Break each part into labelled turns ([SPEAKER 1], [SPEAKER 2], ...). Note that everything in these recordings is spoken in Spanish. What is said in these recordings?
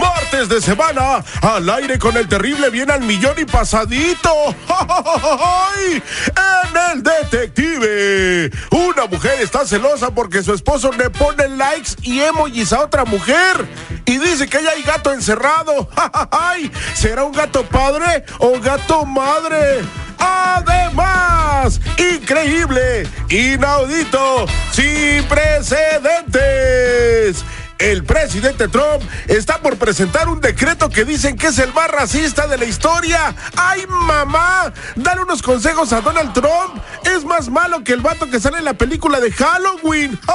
[SPEAKER 1] martes de semana, al aire con el terrible viene al millón y pasadito. ¡Ay! En el detective. Una mujer está celosa porque su esposo le pone likes y emojis a otra mujer. Y dice que ya hay gato encerrado. ¡Ay! ¿Será un gato padre o gato madre? Además, increíble, inaudito, sin precedentes. El presidente Trump está por presentar un decreto que dicen que es el más racista de la historia. ¡Ay, mamá! Dar unos consejos a Donald Trump es más malo que el vato que sale en la película de Halloween.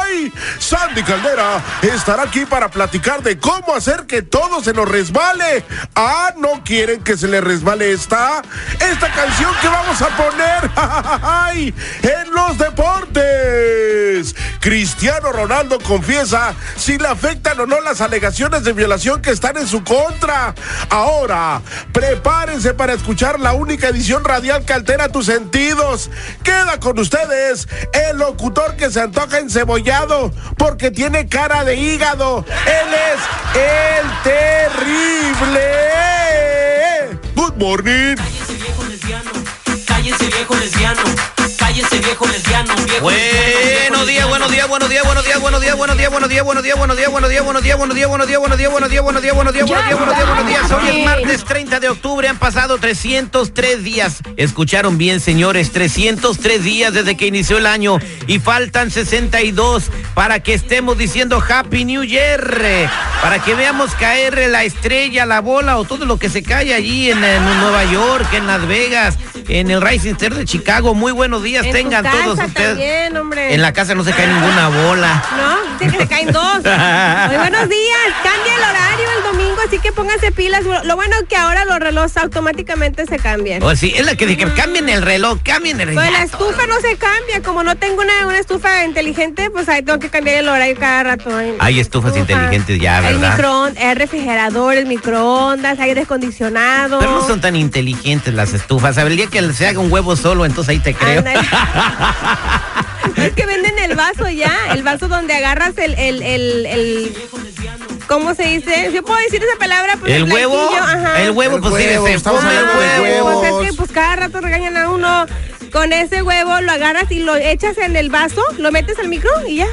[SPEAKER 1] ¡Ay! Sandy Caldera estará aquí para platicar de cómo hacer que todo se nos resbale. ¡Ah, no quieren que se le resbale esta! Esta canción que vamos a poner ¡ay! en los deportes. Cristiano Ronaldo confiesa si le afectan o no las alegaciones de violación que están en su contra. Ahora, prepárense para escuchar la única edición radial que altera tus sentidos. Queda con ustedes el locutor que se antoja encebollado porque tiene cara de hígado. Él es el terrible. Good morning.
[SPEAKER 2] Cállese viejo lesbiano, cállese viejo lesbiano, cállese viejo lesbiano, viejo
[SPEAKER 3] Buenos días, buenos días, buenos días, buenos días, buenos días, buenos días, buenos días, buenos días, buenos días, buenos días, buenos días, buenos días, buenos días, buenos días, buenos días, buenos días, buenos días, buenos días, buenos días, buenos días. Hoy es martes 30 de octubre, han pasado 303 días. Escucharon bien, señores, 303 días desde que inició el año y faltan 62 para que estemos diciendo Happy New Year, para que veamos caer la estrella, la bola o todo lo que se cae allí en, en Nueva York, en Las Vegas, en el Rising Star de Chicago. Muy buenos días,
[SPEAKER 4] En tu
[SPEAKER 3] tengan
[SPEAKER 4] casa
[SPEAKER 3] todos ustedes.
[SPEAKER 4] también, hombre.
[SPEAKER 3] En la casa no se cae ninguna bola.
[SPEAKER 4] No, dice que se caen dos. Muy buenos días. Cambia el horario el domingo, así que pónganse pilas. Lo bueno que ahora los relojes automáticamente se cambian.
[SPEAKER 3] O sí, es la que dije, cambien el reloj, cambien el reloj.
[SPEAKER 4] Pues la estufa no se cambia. Como no tengo una, una estufa inteligente, pues ahí tengo que cambiar el horario cada rato. Ay,
[SPEAKER 3] Hay estufas inteligentes ya,
[SPEAKER 4] Hay
[SPEAKER 3] ¿verdad?
[SPEAKER 4] microondas, hay refrigeradores, microondas, aire acondicionado.
[SPEAKER 3] Pero no son tan inteligentes las estufas. A ver, el día que se haga un huevo solo, entonces ahí te creo.
[SPEAKER 4] Ándale. es que venden el vaso ya, el vaso donde agarras el, el, el, el- ¿cómo se dice? Yo puedo decir esa palabra, pero
[SPEAKER 3] ¿El huevo?
[SPEAKER 4] blanquillo, ajá.
[SPEAKER 3] El huevo,
[SPEAKER 5] El
[SPEAKER 3] pues sí,
[SPEAKER 5] huevo,
[SPEAKER 3] se
[SPEAKER 5] estamos
[SPEAKER 3] pone el
[SPEAKER 5] hablando de
[SPEAKER 3] huevo.
[SPEAKER 5] huevo.
[SPEAKER 4] Pues es que pues cada rato regañan a uno. Con ese huevo lo agarras y lo echas en el vaso, lo metes al micro y ya.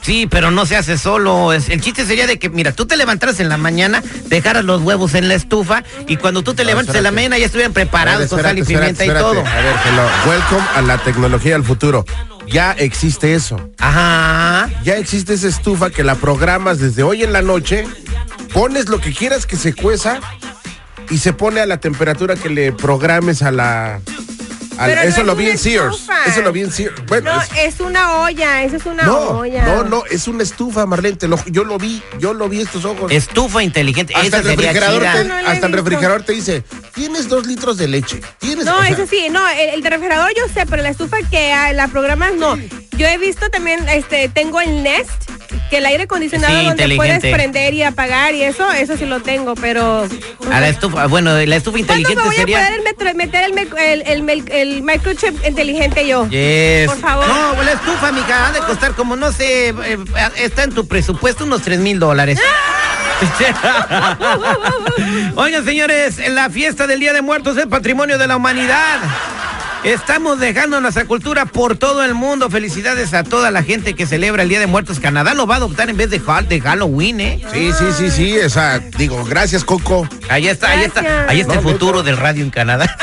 [SPEAKER 3] Sí, pero no se hace solo. Es- El chiste sería de que, mira, tú te levantaras en la mañana, dejaras los huevos en la estufa y cuando tú te levantes en la
[SPEAKER 5] Ah, espérate.
[SPEAKER 3] mañana ya estuvieran
[SPEAKER 5] A
[SPEAKER 3] preparados
[SPEAKER 5] ver,
[SPEAKER 3] con sal
[SPEAKER 5] espérate,
[SPEAKER 3] y pimienta
[SPEAKER 5] espérate,
[SPEAKER 3] y
[SPEAKER 5] espérate.
[SPEAKER 3] todo.
[SPEAKER 5] A ver, hello. Welcome a la tecnología del futuro. Ya existe eso.
[SPEAKER 3] Ajá.
[SPEAKER 5] Ya existe esa estufa que la programas desde hoy en la noche, pones lo que quieras que se cueza y se pone a la temperatura que le programes a la... a la-
[SPEAKER 4] Pero no
[SPEAKER 5] eso
[SPEAKER 4] es
[SPEAKER 5] lo vi
[SPEAKER 4] una
[SPEAKER 5] en Sears.
[SPEAKER 4] estufa.
[SPEAKER 5] Eso lo vi en Sears. Bueno,
[SPEAKER 4] No,
[SPEAKER 5] es-
[SPEAKER 4] es una olla, eso es una
[SPEAKER 5] no,
[SPEAKER 4] olla.
[SPEAKER 5] no, no, es una estufa, Marlene. te lo- yo lo vi, yo lo vi estos ojos.
[SPEAKER 3] Estufa inteligente.
[SPEAKER 5] hasta
[SPEAKER 3] Esa
[SPEAKER 5] el
[SPEAKER 3] sería
[SPEAKER 5] refrigerador,
[SPEAKER 3] chida.
[SPEAKER 5] te,
[SPEAKER 4] No la he
[SPEAKER 5] hasta el
[SPEAKER 4] visto.
[SPEAKER 5] refrigerador te dice, tienes dos litros de leche. Tienes,
[SPEAKER 4] No,
[SPEAKER 5] o sea,
[SPEAKER 4] eso sí, no, el, el de refrigerador yo sé, pero la estufa que ah, la programas no. Yo he visto también, este, tengo el Nest, que el aire acondicionado
[SPEAKER 3] Sí,
[SPEAKER 4] donde puedes
[SPEAKER 3] inteligente.
[SPEAKER 4] prender y apagar y eso, eso sí lo tengo, pero...
[SPEAKER 3] A la estufa, bueno, la estufa
[SPEAKER 4] ¿Cuándo me
[SPEAKER 3] inteligente
[SPEAKER 4] voy
[SPEAKER 3] sería.
[SPEAKER 4] a poder el metro- meter el, mec- el, el- el- el microchip inteligente yo?
[SPEAKER 3] Yes.
[SPEAKER 4] Por favor.
[SPEAKER 3] No, la estufa, mija, ha de costar como, no sé, eh, está en tu presupuesto unos 3 mil dólares.
[SPEAKER 4] Ah.
[SPEAKER 3] Oigan, señores, en la fiesta del Día de Muertos es patrimonio de la humanidad. Estamos dejando nuestra cultura por todo el mundo. Felicidades a toda la gente que celebra el Día de Muertos. Canadá lo va a adoptar en vez de, Hall- de Halloween, ¿eh?
[SPEAKER 5] Sí, sí, sí, sí, o sea, digo, gracias Coco.
[SPEAKER 3] Ahí está, ahí está,
[SPEAKER 4] Gracias.
[SPEAKER 3] ahí está el
[SPEAKER 5] No,
[SPEAKER 3] futuro
[SPEAKER 5] neta.
[SPEAKER 3] del radio en Canadá.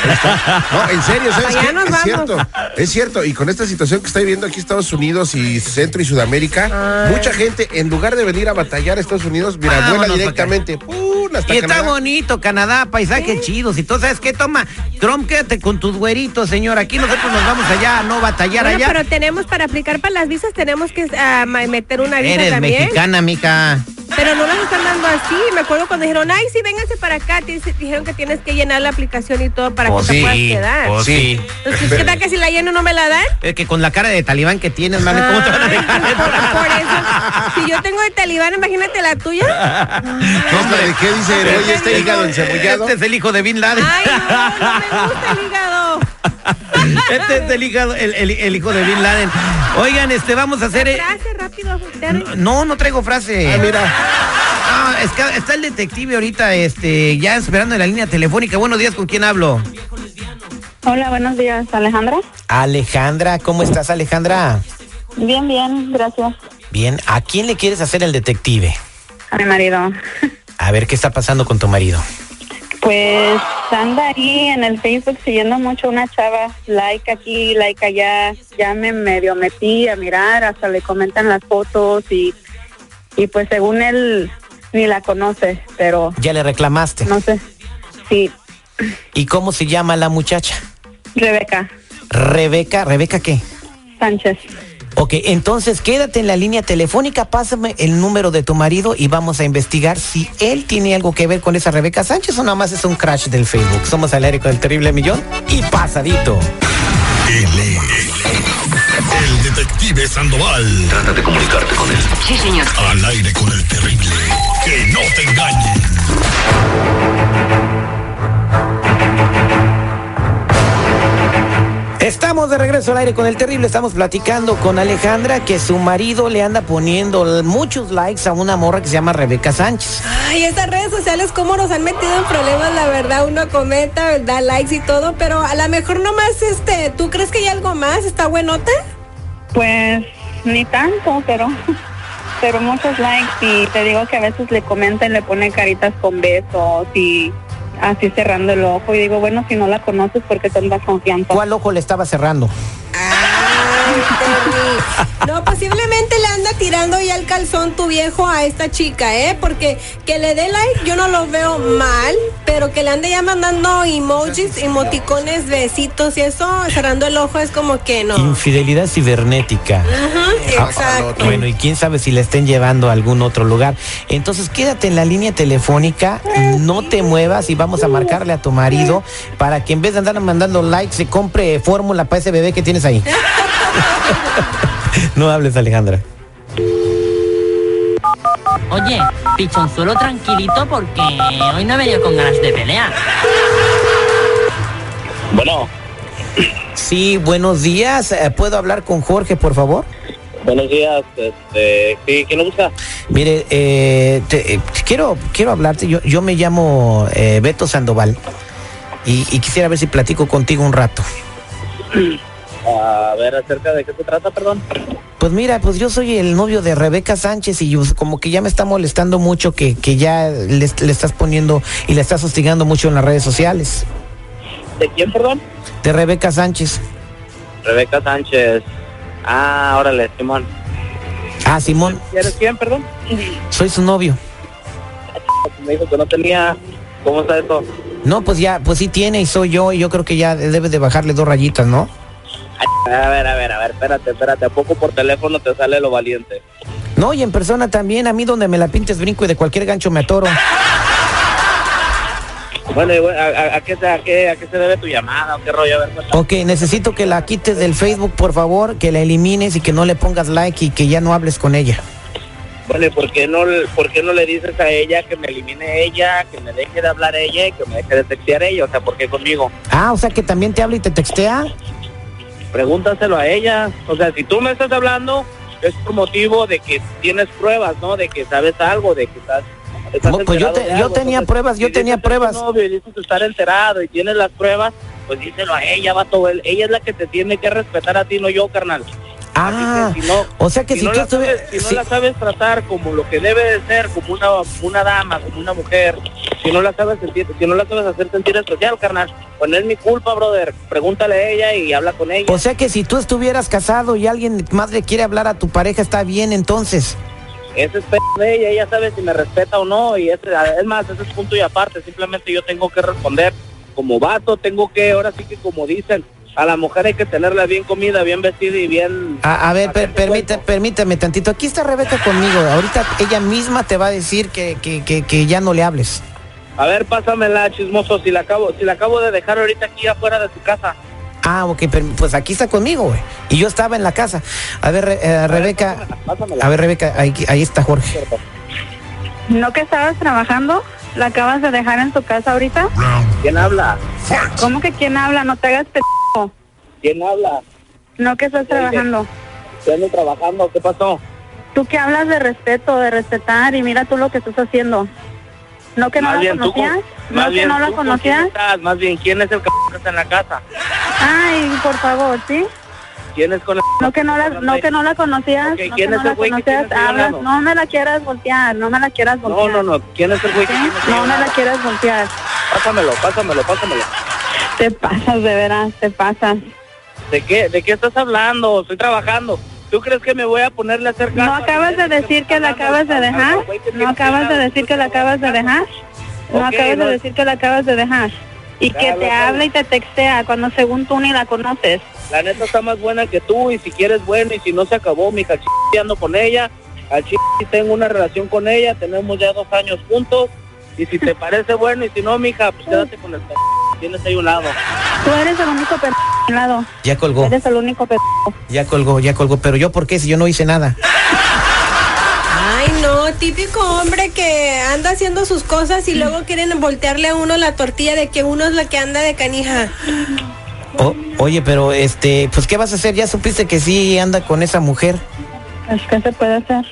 [SPEAKER 5] No, en serio, ¿sabes
[SPEAKER 4] Allá
[SPEAKER 5] qué?
[SPEAKER 4] nos
[SPEAKER 5] es
[SPEAKER 4] vamos.
[SPEAKER 5] cierto, es cierto, y con esta situación que está viviendo aquí Estados Unidos y Centro y Sudamérica, mucha gente, en lugar de venir a batallar a Estados Unidos, mira,
[SPEAKER 3] Vámonos
[SPEAKER 5] vuela
[SPEAKER 3] acá.
[SPEAKER 5] directamente. ¡pum! hasta
[SPEAKER 3] Y está
[SPEAKER 5] Canadá.
[SPEAKER 3] bonito, Canadá, paisajes chidos y todo. ¿Sabes qué? Toma, Trump, quédate con tus güeritos, señor. Aquí nosotros nos vamos allá a no batallar
[SPEAKER 4] Bueno,
[SPEAKER 3] allá.
[SPEAKER 4] pero tenemos para aplicar para las visas, tenemos que ah, ma- meter una visa
[SPEAKER 3] Eres
[SPEAKER 4] también.
[SPEAKER 3] mexicana, mija.
[SPEAKER 4] Pero no las están dando así. Me acuerdo cuando dijeron, ay, sí, vénganse para acá. Te dice- dijeron que tienes que llenar la aplicación y todo para
[SPEAKER 3] Pues
[SPEAKER 4] que
[SPEAKER 3] sí,
[SPEAKER 4] te puedas quedar.
[SPEAKER 3] pues sí.
[SPEAKER 4] Entonces, ¿qué tal que si la lleno no me la dan?
[SPEAKER 3] Es que con la cara de talibán que tienes, mami, ¿cómo te van a
[SPEAKER 4] Ay,
[SPEAKER 3] dejar
[SPEAKER 4] pues, por,
[SPEAKER 3] entrar?
[SPEAKER 4] por eso, si yo tengo de talibán, imagínate la tuya.
[SPEAKER 5] No, hombre, ¿qué dice? Oye, este hígado encebollado.
[SPEAKER 3] Este es el hijo de Bin Laden.
[SPEAKER 4] Ay, no, no me gusta el hígado.
[SPEAKER 3] Este es el, hígado- el- el- el hijo de Bin Laden. Oigan, este, vamos a hacer... eh,
[SPEAKER 4] Gracias, rápido. Terry.
[SPEAKER 3] No, no traigo frase.
[SPEAKER 5] Ah, mira.
[SPEAKER 3] Ah, es que está el detective ahorita, este, ya esperando en la línea telefónica. Buenos días, ¿con quién hablo?
[SPEAKER 6] Hola, buenos días, Alejandra.
[SPEAKER 3] Alejandra, ¿cómo estás, Alejandra?
[SPEAKER 6] Bien, bien, gracias.
[SPEAKER 3] Bien, ¿a quién le quieres hacer el detective?
[SPEAKER 6] A mi marido.
[SPEAKER 3] A ver qué está pasando con tu marido.
[SPEAKER 6] Pues anda ahí en el Facebook siguiendo mucho una chava, like aquí, like allá. Ya me medio metí a mirar, hasta le comentan las fotos y, y pues según él ni la conoce, pero
[SPEAKER 3] Ya le reclamaste.
[SPEAKER 6] no sé. Sí,
[SPEAKER 3] ¿Y cómo se llama la muchacha?
[SPEAKER 6] Rebeca
[SPEAKER 3] Rebeca, ¿Rebeca qué?
[SPEAKER 6] Sánchez.
[SPEAKER 3] Ok, entonces quédate en la línea telefónica, pásame el número de tu marido y vamos a investigar si él tiene algo que ver con esa Rebeca Sánchez o nada más es un crash del Facebook. Somos al aire con el terrible millón y pasadito.
[SPEAKER 7] Él es el detective Sandoval. Trata de comunicarte con él.
[SPEAKER 8] Sí, señor.
[SPEAKER 7] Al aire con el terrible. Que no te engañen.
[SPEAKER 3] Estamos de regreso al aire con el terrible. Estamos platicando con Alejandra que su marido le anda poniendo l- muchos likes a una morra que se llama Rebeca Sánchez.
[SPEAKER 4] Ay, estas redes sociales, cómo nos han metido en problemas, la verdad. Uno comenta, da likes y todo, pero a lo mejor nomás, este, ¿tú crees que hay algo más? ¿Está buenota?
[SPEAKER 6] Pues ni tanto, pero pero muchos likes y te digo que a veces le comenta y le pone caritas con besos y así cerrando el ojo y digo, bueno, si no la conoces, ¿por qué tanta confianza?
[SPEAKER 3] ¿Cuál ojo le estaba cerrando?
[SPEAKER 4] Ay, Terry. No, posiblemente le anda tirando ya el calzón tu viejo a esta chica, ¿eh? Porque que le dé like, yo no lo veo mal, pero que le ande ya mandando emojis, emoticones, besitos y eso, cerrando el ojo es como que no.
[SPEAKER 3] Infidelidad cibernética.
[SPEAKER 4] Ajá, exacto.
[SPEAKER 3] Ah, Bueno, y quién sabe si la estén llevando a algún otro lugar. Entonces quédate en la línea telefónica, no te muevas y vamos a marcarle a tu marido para que en vez de andar mandando likes se compre fórmula para ese bebé que tienes ahí. no hables, Alejandra.
[SPEAKER 8] Oye, pichonzuelo tranquilito porque hoy no me dio con ganas de pelear.
[SPEAKER 9] Bueno,
[SPEAKER 3] Sí, buenos días. Eh, ¿Puedo hablar con Jorge, por favor?
[SPEAKER 9] buenos días. Este, sí, ¿quién lo busca?
[SPEAKER 3] Mire, eh, te- eh, quiero, quiero hablarte. Yo, yo me llamo eh, Beto Sandoval y, y quisiera ver si platico contigo un rato.
[SPEAKER 9] A ver, acerca de qué se trata, perdón.
[SPEAKER 3] Pues mira, pues yo soy el novio de Rebeca Sánchez y yo- pues, como que ya me está molestando mucho que, que ya le, le estás poniendo y le estás hostigando mucho en las redes sociales.
[SPEAKER 9] ¿De quién, perdón?
[SPEAKER 3] De Rebeca Sánchez.
[SPEAKER 9] Rebeca Sánchez. Ah, órale, Simón.
[SPEAKER 3] Ah, Simón,
[SPEAKER 9] ¿Eres quién, perdón?
[SPEAKER 3] soy su novio.
[SPEAKER 9] Me dijo que no tenía. ¿Cómo está eso?
[SPEAKER 3] No, pues ya, pues sí tiene y soy yo y yo creo que ya debe de bajarle dos rayitas, ¿no?
[SPEAKER 9] A ver, a ver, a ver, espérate, espérate. ¿A poco por teléfono te sale lo valiente?
[SPEAKER 3] No, y en persona también, a mí donde me la pintes brinco y de cualquier gancho me atoro.
[SPEAKER 9] Bueno, y bueno, ¿a, a- a qué, se- a, qué, ¿a qué se debe tu llamada? ¿O qué rollo? A ver, cuéntame.
[SPEAKER 3] Ok, necesito que la quites del Facebook, por favor, que la elimines y que no le pongas like y que ya no hables con ella.
[SPEAKER 9] Bueno, ¿y por qué, no, por qué no le dices a ella que me elimine ella, que me deje de hablar ella y que me deje de textear ella? O sea, ¿por qué conmigo?
[SPEAKER 3] Ah, o sea que también te habla y te textea.
[SPEAKER 9] pregúntaselo a ella. O sea, si tú me estás hablando, es por motivo de que tienes pruebas, ¿no? De que sabes algo, de que estás... estás
[SPEAKER 3] No, pues yo
[SPEAKER 9] enterado
[SPEAKER 3] te-
[SPEAKER 9] de
[SPEAKER 3] yo
[SPEAKER 9] algo.
[SPEAKER 3] tenía pruebas, yo
[SPEAKER 9] si dices
[SPEAKER 3] tenía
[SPEAKER 9] que es tu
[SPEAKER 3] pruebas.
[SPEAKER 9] novio y dices estar enterado y tienes las pruebas, pues díselo a ella, vato. Él- Ella es la que te tiene que respetar a ti, no yo, carnal. Así
[SPEAKER 3] Ah,
[SPEAKER 9] que si no-
[SPEAKER 3] o sea que si,
[SPEAKER 9] no
[SPEAKER 3] tú
[SPEAKER 9] la sabes-
[SPEAKER 3] estuvi-
[SPEAKER 9] si no
[SPEAKER 3] si-
[SPEAKER 9] la sabes tratar como lo que debe de ser, como una, una dama, como una mujer, si no la sabes sentir, si no la sabes hacer sentir especial, carnal, pues no es mi culpa, brother. Pregúntale a ella y habla con ella.
[SPEAKER 3] o sea que si tú estuvieras casado y alguien más le quiere hablar a tu pareja, está bien entonces.
[SPEAKER 9] Ese es pedo de ella, ella sabe si me respeta o no, y ese, es más, ese es punto y aparte, simplemente yo tengo que responder como vato, tengo que, ahora sí que como dicen, a la mujer hay que tenerla bien comida, bien vestida y bien...
[SPEAKER 3] A, a ver, per- permite- permíteme tantito. Aquí está Rebeca conmigo. Ahorita ella misma te va a decir que, que- que- que ya no le hables.
[SPEAKER 9] A ver, pásamela, chismoso, si la acabo, si la acabo de dejar ahorita aquí afuera de su casa.
[SPEAKER 3] Ah, ok, per- pues aquí está conmigo, güey. Y yo estaba en la casa. A ver, Re- eh, Rebeca. A ver, Rebeca, ahí, ahí está Jorge.
[SPEAKER 6] ¿No que estabas trabajando? ¿La acabas de dejar en su casa ahorita?
[SPEAKER 9] ¿Quién habla?
[SPEAKER 6] ¿Cómo que quién habla? No te hagas p***.
[SPEAKER 9] ¿Quién habla?
[SPEAKER 6] No que estás trabajando.
[SPEAKER 9] ¿Qué ando trabajando? ¿Qué pasó?
[SPEAKER 6] Tú que hablas de respeto, de respetar y mira tú lo que estás haciendo. ¿No que no
[SPEAKER 9] Más
[SPEAKER 6] la
[SPEAKER 9] bien tú con-
[SPEAKER 6] conocías?
[SPEAKER 9] más
[SPEAKER 6] ¿No que
[SPEAKER 9] bien
[SPEAKER 6] no la
[SPEAKER 9] tú con quién
[SPEAKER 6] conocías?
[SPEAKER 9] estás, Más bien, ¿quién es el cabrón que está en la casa?
[SPEAKER 6] Ay, por favor, ¿sí?
[SPEAKER 9] ¿Quién es con el
[SPEAKER 6] No que no la, no que no la conocías,
[SPEAKER 9] Ok,
[SPEAKER 6] no que
[SPEAKER 9] ¿quién
[SPEAKER 6] no
[SPEAKER 9] es
[SPEAKER 6] la
[SPEAKER 9] el güey que
[SPEAKER 6] conocías,
[SPEAKER 9] tienes ahí al
[SPEAKER 6] hablas,
[SPEAKER 9] lado?
[SPEAKER 6] no me la quieras voltear, no me la quieras
[SPEAKER 9] No, no,
[SPEAKER 6] voltear.
[SPEAKER 9] no. ¿Quién es el güey que tiene
[SPEAKER 6] ¿sí?
[SPEAKER 9] que
[SPEAKER 6] No me
[SPEAKER 9] hablar?
[SPEAKER 6] la quieras voltear.
[SPEAKER 9] Pásamelo, pásamelo, pásamelo.
[SPEAKER 6] Te pasas, de veras, te pasas.
[SPEAKER 9] ¿De qué, ¿De qué estás hablando? Estoy trabajando. ¿Tú crees que me voy a ponerle a hacer
[SPEAKER 6] ¿No
[SPEAKER 9] caso?
[SPEAKER 6] acabas de decir que la acabas de dejar? ¿No acabas de decir que la acabas de dejar? ¿No
[SPEAKER 9] Ok,
[SPEAKER 6] acabas de
[SPEAKER 9] no.
[SPEAKER 6] decir que la acabas de dejar? Y
[SPEAKER 9] Ya
[SPEAKER 6] que
[SPEAKER 9] lo
[SPEAKER 6] te
[SPEAKER 9] sabes.
[SPEAKER 6] habla y te textea cuando según tú ni la conoces.
[SPEAKER 9] La neta está más buena que tú y si quieres bueno y si no se acabó, mija, al chile ando con ella. Al chile tengo una relación con ella, tenemos ya dos años juntos. Y si te parece bueno y si no, mija, pues quédate con el p... Tienes ahí un lado.
[SPEAKER 6] Tú eres el único p... al lado.
[SPEAKER 3] Ya colgó,
[SPEAKER 6] Eres el único p...
[SPEAKER 3] ya colgó, ya colgó. Pero yo, ¿por qué? Si yo no hice nada.
[SPEAKER 4] Ay, no, típico hombre que anda haciendo sus cosas y luego quieren voltearle a uno la tortilla de que uno es la que anda de canija.
[SPEAKER 3] O- oye, pero este, pues ¿qué vas a hacer? Ya supiste que sí anda con esa mujer.
[SPEAKER 6] Pues, ¿qué se puede hacer?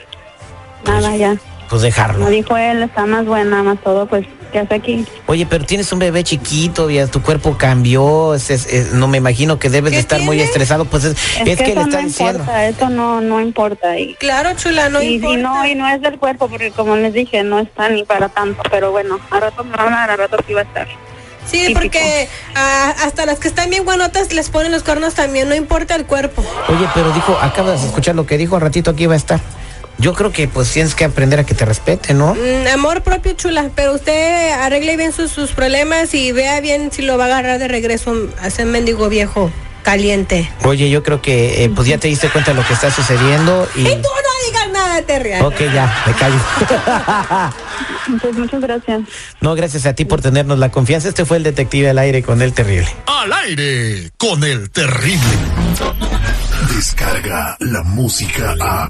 [SPEAKER 6] Nada, ya.
[SPEAKER 3] Pues dejarlo.
[SPEAKER 6] Como dijo él, está más buena, más todo, pues, ¿qué hace aquí?
[SPEAKER 3] Oye, pero tienes un bebé chiquito, ya tu cuerpo cambió, es- es- es- no me imagino que debes de estar muy estresado, pues es,
[SPEAKER 6] Es,
[SPEAKER 3] es
[SPEAKER 6] que,
[SPEAKER 3] que, le
[SPEAKER 6] eso
[SPEAKER 3] está
[SPEAKER 6] no
[SPEAKER 3] diciendo.
[SPEAKER 6] importa, eso no, no importa. Y,
[SPEAKER 4] Claro, chula, no
[SPEAKER 6] y, y
[SPEAKER 4] importa.
[SPEAKER 6] no, y no es del cuerpo, porque como les dije, no está ni para tanto, pero bueno, a rato me va a hablar, a rato sí va a estar.
[SPEAKER 4] Sí,
[SPEAKER 6] típico.
[SPEAKER 4] porque ah, hasta las que están bien guanotas les ponen los cuernos también, no importa el cuerpo.
[SPEAKER 3] Oye, pero dijo, acabas de escuchar lo que dijo, al ratito aquí va a estar. Yo creo que pues tienes que aprender a que te respete, ¿no?
[SPEAKER 4] Mm, amor propio, chula, pero usted arregle bien sus, sus problemas y vea bien si lo va a agarrar de regreso a ese mendigo viejo caliente.
[SPEAKER 3] Oye, yo creo que eh, pues ya te diste cuenta de lo que está sucediendo y...
[SPEAKER 4] Y tú no digas nada, Terry.
[SPEAKER 3] Ok, ya, me callo.
[SPEAKER 6] Pues muchas gracias.
[SPEAKER 3] no, gracias a ti por tenernos la confianza. Este fue el detective al aire con el terrible.
[SPEAKER 10] Al aire con el terrible.
[SPEAKER 7] Descarga la música a.